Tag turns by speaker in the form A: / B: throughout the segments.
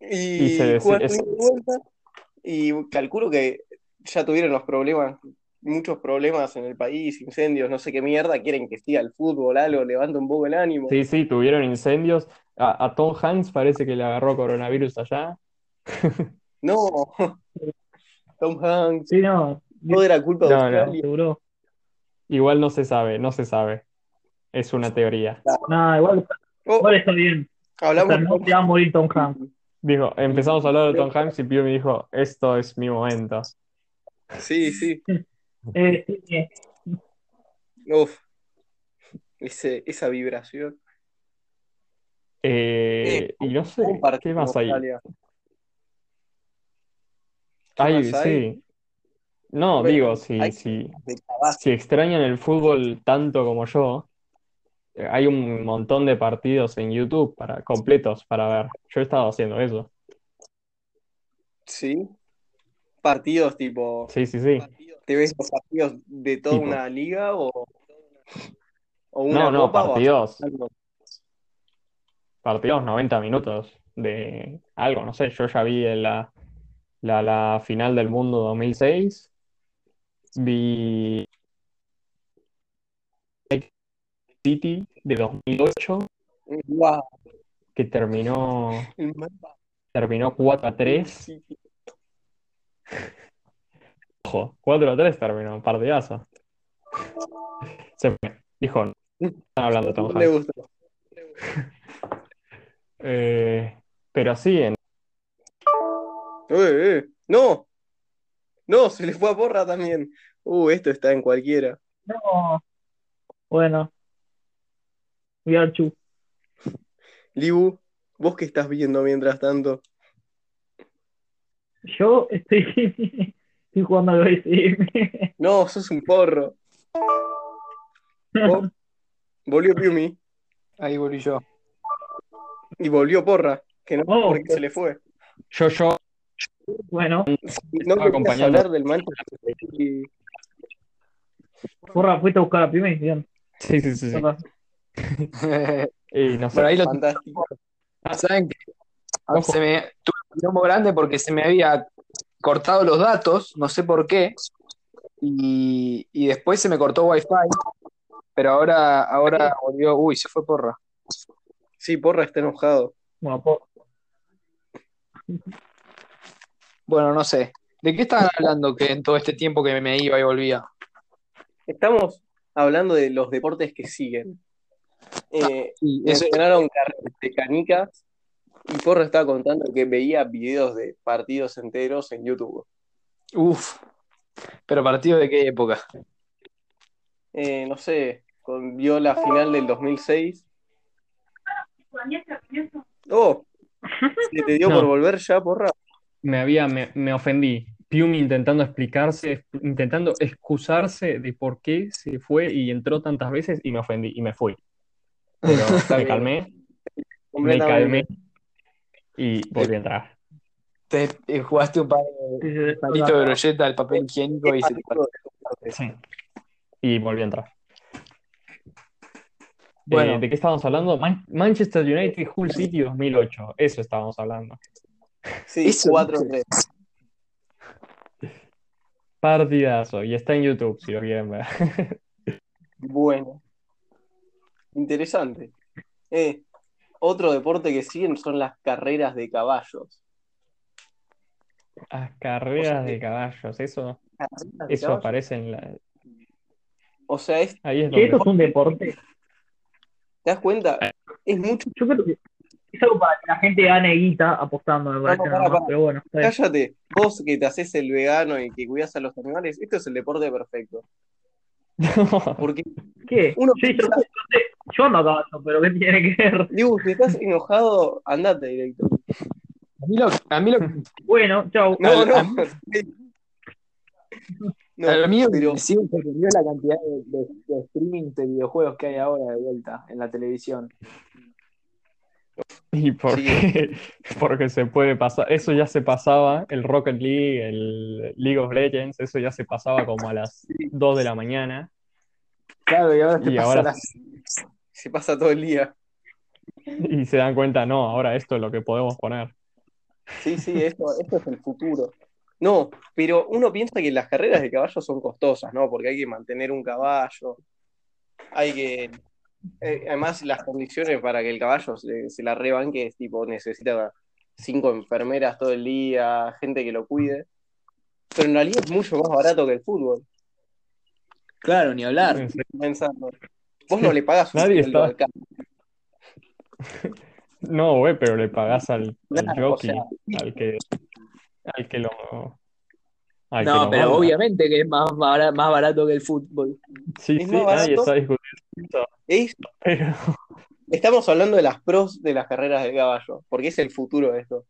A: Y,
B: Y se-
A: jugaron
B: es-
A: ida y vuelta. Y calculo que ya tuvieron los problemas, muchos problemas en el país, incendios, no sé qué mierda, quieren que siga el fútbol, algo, levanta un poco el ánimo.
B: Sí, sí, tuvieron incendios. A, a Tom Hanks parece que le agarró coronavirus allá.
A: No, Tom Hanks,
C: Sí, no.
A: todo era culpa de
B: No, no.
A: Australia.
C: Seguro.
B: Igual no se sabe, no se sabe. Es una teoría.
C: No, igual,
A: Oh,
C: igual está bien. O
A: hablamos
C: sea, no te va a morir Tom Hanks.
B: Dijo, empezamos a hablar de Tom Hanks y Pío me dijo, esto es mi momento.
A: Sí, sí.
C: Eh, sí, sí.
A: Uf. Ese- esa vibración.
B: Eh, y no sé,
A: Un partido
B: ¿qué más hay?
A: Australia. ¿Qué
B: Ay,
A: más hay?
B: sí. No,
A: Bueno,
B: digo, si,
A: hay-
B: si,
A: De Tabasco.
B: si extrañan el fútbol tanto como yo, eh, hay un montón de partidos en YouTube para, completos para ver. Yo he estado haciendo eso.
A: Sí. Partidos tipo.
B: Sí, sí, sí.
A: ¿Te ves los partidos de toda
B: Tipo.
A: una liga o, o una
B: No, no,
A: copa o
B: partidos.
A: algo?
B: partidos 90 minutos de algo, no sé, yo ya vi en la, la, la final del mundo 2006, vi City de 2008
A: Guau,
B: que terminó,
A: el mapa,
B: terminó 4 a 3,
A: sí.
B: ojo, 4 a 3 terminó, partidazo. Se fue, dijo, no están hablando de Tom
A: No
B: Hanks.
A: le gustó.
B: Eh, pero sí, en-
A: Eh, eh, No, no, se le fue a porra también. Uh, esto está en cualquiera.
C: No. Bueno. Voy al chu.
A: Libu, vos qué estás viendo mientras tanto.
C: Yo estoy, estoy jugando al BSM.
A: No, sos un porro. Oh, volvió Piumi
D: Ahí volví yo.
A: y volvió porra, que no
C: Oh.
A: porque se le fue.
B: yo, yo,
C: Bueno,
A: No
B: Estaba
A: querías
B: acompañando.
A: hablar del Manchester City.
C: porra, fuiste a buscar a Pime. Bien,
B: sí, sí, sí, sí.
C: capaz.
D: Por
B: Y no sé,
D: ahí lo
A: Fantástico.
D: saben que
B: Ojo.
D: Ah, se me tuve un quilombo grande porque se me había cortado los datos, no sé por qué. Y, y después se me cortó Wi-Fi. Pero ahora, ahora volvió. Uy, se fue porra.
A: Sí, porra está enojado.
C: Bueno, po-
D: Bueno, no sé. ¿De qué estaban hablando que en todo este tiempo que me iba y volvía?
A: Estamos hablando de los deportes que siguen.
B: Ah,
A: Eh,
D: Y eso-
A: mencionaron carreras de canicas y Porra estaba contando que veía videos de partidos enteros en YouTube.
D: uf. Pero partido de qué época?
A: Eh, no sé, con- vio la final del 2006. Oh, se te dio
B: No.
A: por volver ya, Porra.
B: me había, me, me ofendí. Piumi intentando explicarse, intentando excusarse de por qué se fue y entró tantas veces y me ofendí y me fui. Pero me
A: bien.
B: calmé, me
A: Completamente. Eh,
B: calmé y volví a entrar.
D: Te eh, jugaste un par de
C: sí, sí,
D: palitos de brocheta al papel higiénico y se te
B: Sí. Y volví a entrar.
D: Bueno.
B: Eh, ¿de qué estábamos hablando? Man- Manchester United, Hull City 2008. Eso estábamos hablando.
A: Sí,
D: Eso
A: 4-3.
B: Partidazo. Y está en YouTube si lo quieren ver.
A: Bueno. Interesante. Eh, otro deporte que siguen son las carreras de caballos.
B: Las carreras de caballos. Eso,
A: ¿Carreras de
B: eso
A: caballos?
B: aparece en la.
A: O sea, es-
B: Ahí es
C: Que eso
B: donde.
C: es un deporte.
A: ¿te das cuenta? Es mucho.
C: Yo creo que es algo para que la gente gane guita apostando, me parece.
A: Vamos, para,
C: nada más,
A: para.
C: Pero bueno, está bien.
A: Cállate. Vos que te haces el vegano y que cuidas a los animales, esto es el deporte perfecto. Porque,
C: ¿Qué?
A: Uno
C: Sí, yo, yo ando a caballo, pero ¿qué tiene que ver?
A: digo, si estás enojado, andate directo.
D: A mí lo, a mí lo,
C: Bueno, chau.
A: No,
D: Al-
A: no.
D: a mí- a mí
A: pero-
D: sí me sorprendió la cantidad de, de- de streaming de videojuegos que hay ahora de vuelta en la televisión.
B: ¿Y por
A: Sí.
B: qué? Porque se puede pasar. Eso ya se pasaba, el Rocket League, el League of Legends, eso ya se pasaba como a las 2 de la mañana.
D: Claro, y ahora te
B: Y
D: pasa
B: ahora-
D: las-
A: se pasa todo el día.
B: Y se dan cuenta, no, ahora esto es lo que podemos poner.
A: Sí, sí, esto, esto es el futuro. No, pero uno piensa que las carreras de caballos son costosas, ¿no? Porque hay que mantener un caballo, hay que... eh, además, las condiciones para que el caballo se, se la rebanque es tipo, necesita cinco enfermeras todo el día, gente que lo cuide. Pero en realidad es mucho más barato que el fútbol,
E: Claro, ni hablar.
B: En serio,
A: pensando. Vos no le pagás un
B: Nadie
A: sueldo
B: está-
A: al campo.
B: No, güey, pero le pagás al, al
A: Claro, o
B: jockey,
A: sea,
B: al que, al que lo, al que
E: No,
B: lo
E: pero
B: manda.
E: obviamente que es más, más bara- más barato que el fútbol.
B: Sí,
A: Es
B: sí,
A: más
B: nadie
A: barato.
B: está discutiendo eso,
A: es-
B: pero
A: estamos hablando de las pros de las carreras de caballo, porque es el futuro de esto.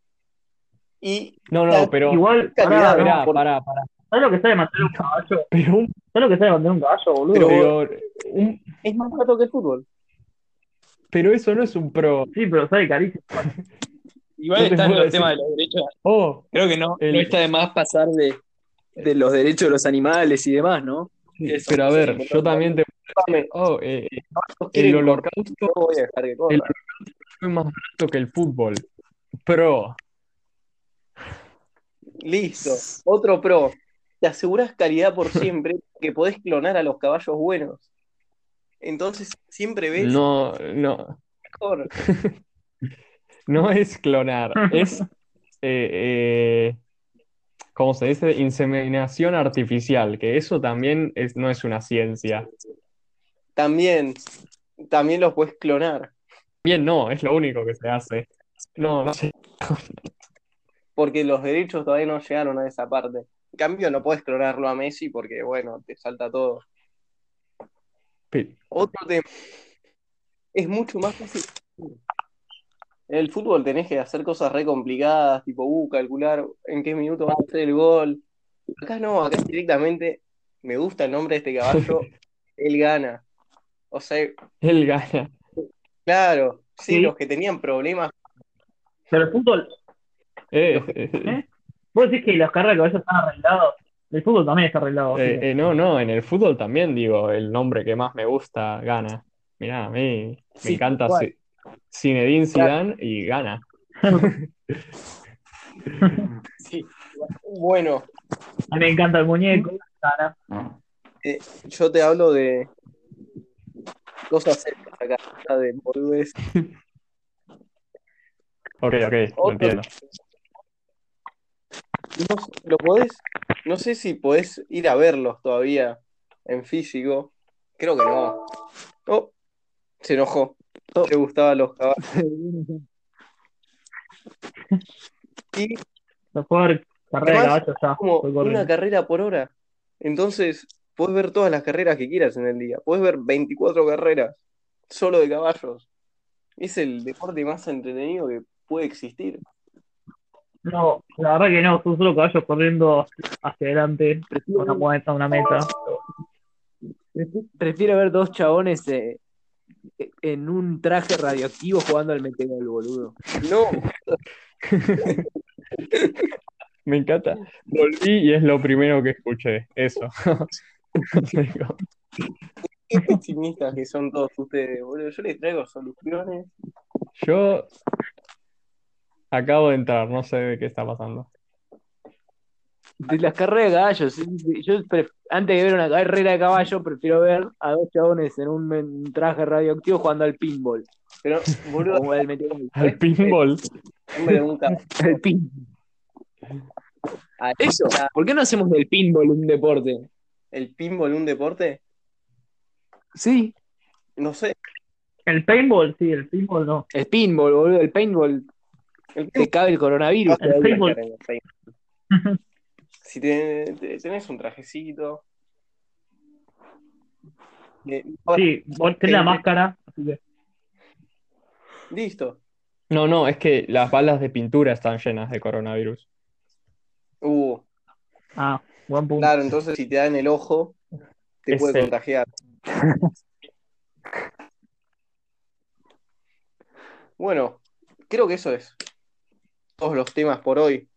A: Y
B: no, no,
A: Claro,
B: pero
C: Igual,
A: Calidad,
C: pará,
A: ¿no?
B: pará,
A: por-
B: pará, pará.
C: ¿sabes lo que sale mantener un caballo?
B: Pero un,
C: ¿Sabes lo que sale mantener un caballo, boludo?
A: Pero-
B: pero un-
A: es más barato que el fútbol.
B: pero eso no es un pro.
C: Sí, pero sale carísimo.
E: Igual
B: No te
E: están
B: puedo
E: los
B: decir.
E: temas de los derechos.
B: Oh,
E: Creo que no,
B: El-
E: no está de más pasar de, de los derechos de los animales y demás, ¿no?
A: Eso,
B: pero a
A: sí,
B: ver,
A: pero-
B: yo también te
A: Dame,
B: oh, eh, eh,
A: todos
B: el
A: quieren
B: holocausto
A: correr, no voy a dejar que corra.
B: el- fue más barato que el fútbol. Pro.
A: Listo. Otro pro. Te aseguras calidad por siempre, que podés clonar a los caballos buenos. Entonces siempre ves
B: No, no,
A: mejor.
B: no es clonar, es eh, eh, ¿cómo se dice? Inseminación artificial, que eso también es, no es una ciencia.
A: También, también los puedes clonar.
B: Bien, no, es lo único que se hace. No, no sé.
A: Porque los derechos todavía no llegaron a esa parte. En cambio, no podés clonarlo a Messi porque, bueno, te salta todo.
B: Pe-
A: Otro tema. Es mucho más fácil. En el fútbol tenés que hacer cosas re complicadas, tipo, uh, calcular en qué minuto va a hacer el gol. Acá no, acá es directamente me gusta el nombre de este caballo, él gana. O sea,
B: Él gana.
A: claro, sí,
C: Sí.
A: los que tenían problemas,
C: Pero el fútbol,
B: Eh, eh, eh,
C: vos decís que las carreras de caballos están arregladas. El fútbol también está arreglado. así que-
B: eh, no, no, en el fútbol también digo, el nombre que más me gusta gana. Mirá, a mí me
E: Sí,
B: encanta
E: igual.
B: Ci- Zinedine Zidane y gana.
A: sí. Bueno, eh.
C: A mí me encanta el muñeco. cara.
A: yo te hablo de cosas serias acá, nada de boludez.
B: Ok, ok, lo
A: Otro-
B: entiendo.
A: No, lo podés, no sé si podés ir a verlos todavía en físico. Creo que no. Oh, se enojó.
E: Oh.
A: Le gustaban los caballos. Y
C: La mejor carrera de
A: Además,
C: caballos ya.
A: como
C: fue corrida.
A: una carrera por hora. Entonces, podés ver todas las carreras que quieras en el día. Podés ver 24 carreras solo de caballos. Es el deporte más entretenido que puede existir.
C: No, la verdad que no, son solo caballos corriendo hacia adelante, con una meta, una meta.
E: Prefiero ver dos chabones eh, en un traje radioactivo jugando al metegol, boludo.
A: No,
B: Me encanta. Volví y es lo primero que escuché, eso. Digo,
A: qué pesimistas que son todos ustedes, boludo. Yo les traigo soluciones.
B: Yo acabo de entrar, no sé de qué está pasando.
E: De las carreras de caballos, sí, sí, yo pref- antes que ver una carrera de caballo, prefiero ver a dos chabones en un, en un traje radioactivo jugando al pinball.
A: Pero, boludo,
E: O al metegol.
B: Al pinball.
A: Hombre, un caballo.
E: Al pinball. Ah, Eso, ¿por qué no hacemos del pinball un deporte?
A: ¿El pinball un deporte?
E: Sí,
A: No sé.
C: El paintball, sí, el paintball no.
E: el pinball, boludo, el paintball,
A: El
E: te
A: pinball
E: cabe el coronavirus.
A: te da
C: el
A: una
C: pinball.
A: cara en el paintball. Si te- te- tenés un trajecito. Eh, ahora,
C: Sí, vos tenés la máscara, así que
A: Listo.
B: No, no, es que las balas de pintura están llenas de coronavirus.
A: Uh,
C: ah, buen punto.
A: claro, entonces si te dan el ojo, te
B: Es
A: puede
B: el-
A: contagiar. Bueno, creo que eso es. Todos los temas por hoy.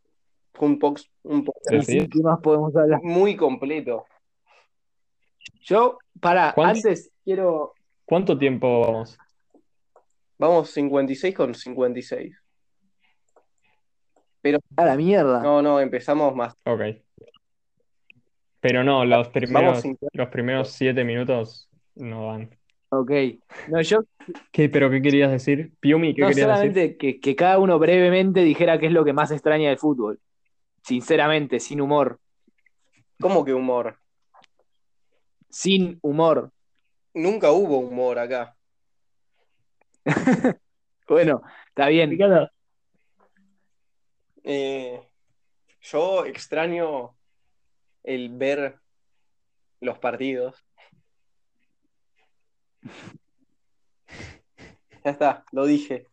A: Fue un pox, un pox
B: Sí,
E: Y
B: sí.
E: sí, ¿Qué más podemos hablar?
A: muy completo.
E: Yo, para,
B: ¿Cuánto?
E: antes quiero.
B: ¿Cuánto tiempo vamos?
A: Vamos 56 con 56.
E: A la mierda.
A: No, no, empezamos más.
B: Ok. Pero no, los
A: Vamos
B: primeros,
A: sin-
B: los primeros siete minutos no dan.
E: Ok. No, yo
B: ¿Qué, pero qué querías decir? Piumi, ¿qué
E: no
B: querías decir?
E: solamente que, que cada uno brevemente dijera qué es lo que más extraña del fútbol. Sinceramente, sin humor.
A: ¿Cómo que humor?
E: Sin humor.
A: Nunca hubo humor acá.
E: Bueno, está bien.
C: Picada.
A: Eh, yo extraño el ver los partidos. Ya está, lo dije.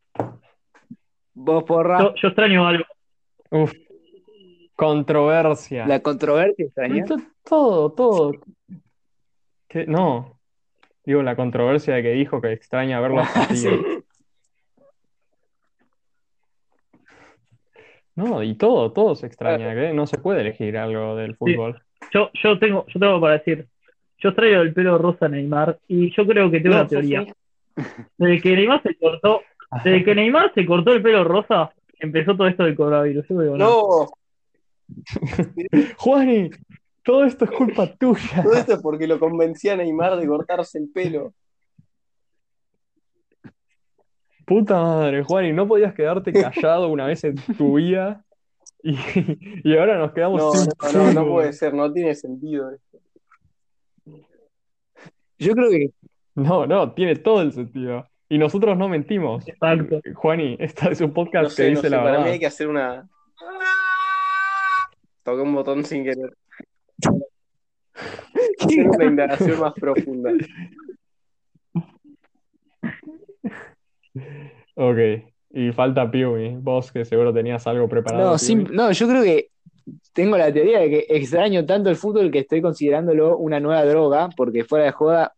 E: Vos porra.
C: Yo, yo extraño algo.
B: Uf. Controversia.
E: La controversia extraña.
B: Esto- Todo, todo. ¿Qué? No. Digo, la controversia de que dijo que extraña ver los
A: Ah,
B: partidos. No, y todo, todo se extraña,
A: Ah.
B: ¿qué? No se puede elegir algo del fútbol.
C: Yo, yo tengo, yo tengo para decir. Yo extraño el pelo rosa a Neymar y yo creo que tengo
B: No,
C: una teoría.
B: sos un-
C: Desde que Neymar se cortó, desde que Neymar se cortó el pelo rosa, empezó todo esto del coronavirus. Yo digo, no.
A: No,
B: Juani, todo esto es culpa tuya.
A: todo esto es porque lo convencí a Neymar de cortarse el pelo.
B: Puta madre, Juani, no podías quedarte callado una vez en tu vida y, y ahora nos
A: No,
B: quedamos
A: no,
B: sin
A: no, no, no
B: fútbol.
A: puede ser, no tiene sentido.
E: Yo creo que
B: No, no, tiene todo el sentido. Y nosotros no mentimos.
C: Exacto.
B: Eh, Juani, esta es un podcast
A: No
B: que
A: sé, no
B: dice
A: sé,
B: la
A: para
B: verdad.
A: mí hay que hacer una. Toqué un botón sin querer. Hacer una indagación más profunda.
B: Ok, y falta Piumi, vos que seguro tenías algo preparado.
E: No, sim- no, yo creo que tengo la teoría de que extraño tanto el fútbol que estoy considerándolo una nueva droga, porque fuera de joda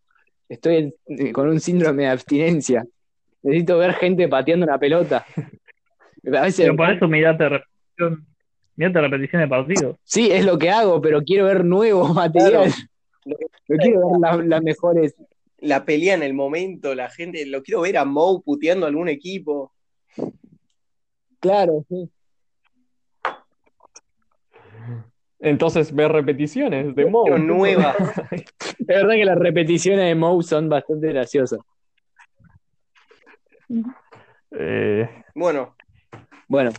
E: estoy en- eh, con un síndrome de abstinencia. Necesito ver gente pateando una pelota. A veces,
C: Pero para eso mirate repetición, mirate repetición de partido.
E: sí, es lo que hago, pero quiero ver nuevo material. No quiero ver las, las mejores.
A: La pelea en el momento, la gente. Lo quiero ver a Mou puteando a algún equipo.
E: Claro, sí.
B: Entonces ve repeticiones de Mo.
A: Pero nueva.
E: La verdad que las repeticiones de Moe son bastante graciosas.
B: Eh,
A: Bueno,
E: Bueno,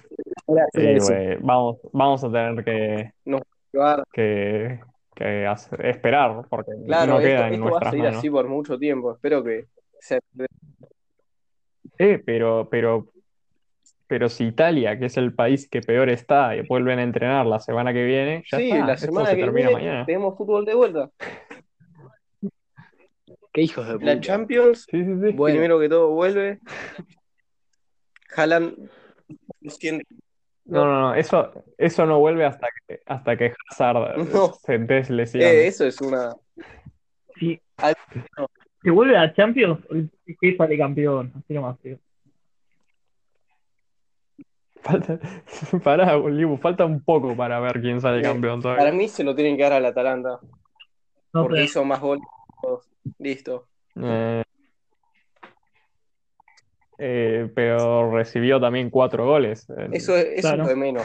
E: ahora sí,
B: eh,
E: eso.
B: güey, vamos, vamos a tener que,
A: claro,
B: que, que hacer- esperar, porque
A: claro,
B: no
A: esto,
B: queda en
A: esto va a
B: nuestras
A: seguir
B: manos.
A: así por mucho tiempo. Espero que. se-
B: Eh, pero, pero, pero si Italia, que es el país que peor está, y vuelven a entrenar la semana que viene, ya
A: sí,
B: está,
A: la
B: esto
A: semana
B: se
A: que
B: termina
A: viene
B: mañana.
A: tenemos fútbol de vuelta.
E: Qué hijos de
A: La
E: puta.
A: Champions,
B: Sí, sí, sí.
E: Bueno.
A: primero que todo, vuelve. Haaland. siente-
B: No, no, no, eso, eso no vuelve hasta que, hasta que Hazard
A: No.
B: se
A: Eh,
B: deslesione.
A: eso es una.
C: Si,
A: Al-
C: si vuelve a Champions, el que sale campeón. Así nomás, tío.
B: Falta, pará, Libu, falta un poco para ver quién sale
A: Eh,
B: campeón todavía.
A: Para mí se lo tienen que dar al Atalanta.
C: No
A: porque
C: sé.
A: hizo más goles. que todos. Listo.
B: Eh, eh, pero recibió también cuatro goles. Eh,
A: Eso, es- eso
C: Claro.
A: es lo de menos.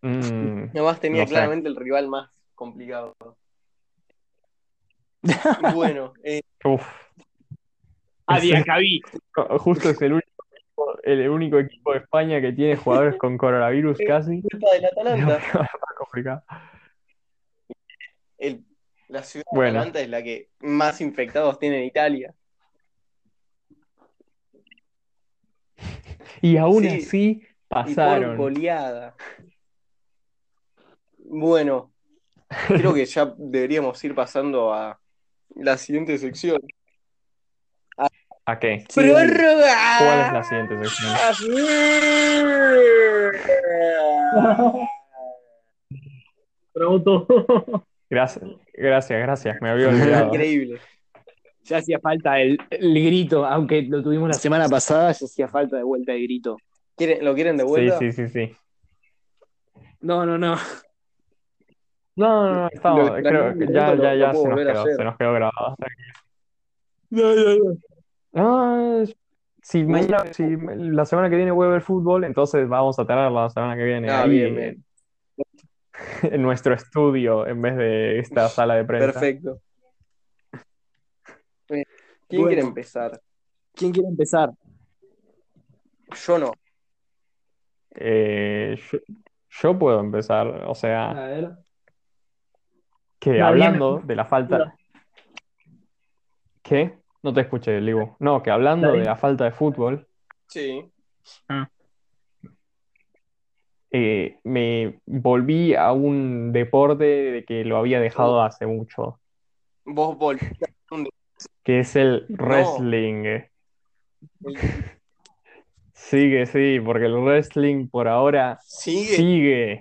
B: mm,
A: Nomás tenía
B: No sé.
A: claramente el rival más complicado. bueno, eh,
B: uf.
E: Adiós, Javi.
B: No, Justo es el único, equipo- el único equipo de España que tiene jugadores con coronavirus casi.
A: culpa del Atalanta.
B: Está complicado.
A: El- la ciudad de
B: Bueno.
A: Atalanta es la que más infectados tiene en Italia.
B: Y aún
A: Sí. Y
B: así pasaron.
A: por goleada. Bueno, creo que ya deberíamos ir pasando a la siguiente sección.
B: ¿A qué?
A: ¡Prórroga!
B: ¿Cuál es la siguiente sección?
C: Pero todo.
B: Gracias, gracias, gracias. Me había olvidado.
A: Increíble.
E: Ya hacía falta el, el grito, aunque lo tuvimos la semana pasada, ya hacía falta de vuelta el grito.
A: ¿Quieren- ¿Lo quieren de
B: Sí,
A: vuelta?
B: sí, sí, sí.
E: No, no, no.
B: No, no, no, estamos-
A: Lo que
B: creo
A: planeamos
B: que
A: de
B: ya,
A: punto
B: ya,
A: lo-
B: ya
A: lo puedo
B: se nos
A: volver a
B: quedó,
A: hacer.
B: se nos quedó grabado.
E: No, no, no.
B: Ah, Si, mañana, si la semana que viene vuelve el fútbol, entonces vamos a tenerla la semana que viene
A: Ah,
B: ahí
A: bien, bien.
B: En, en nuestro estudio en vez de esta sala de prensa.
A: Perfecto. Eh, ¿Quién
E: Bueno.
A: quiere empezar?
E: ¿Quién quiere empezar?
A: Yo no.
B: Eh, yo, yo puedo empezar, o sea,
E: ver.
B: que
C: Nadie
B: hablando de la falta...
C: Hola.
B: ¿Qué? No te escuché, Libu. No, que hablando
C: Nadie.
B: de la falta de fútbol,
A: Sí.
B: eh, me volví a un deporte de que lo había dejado hace mucho,
A: Vos volviste
B: que es el wrestling. Sigue, sí, porque el wrestling por ahora
A: Sigue.
B: sigue.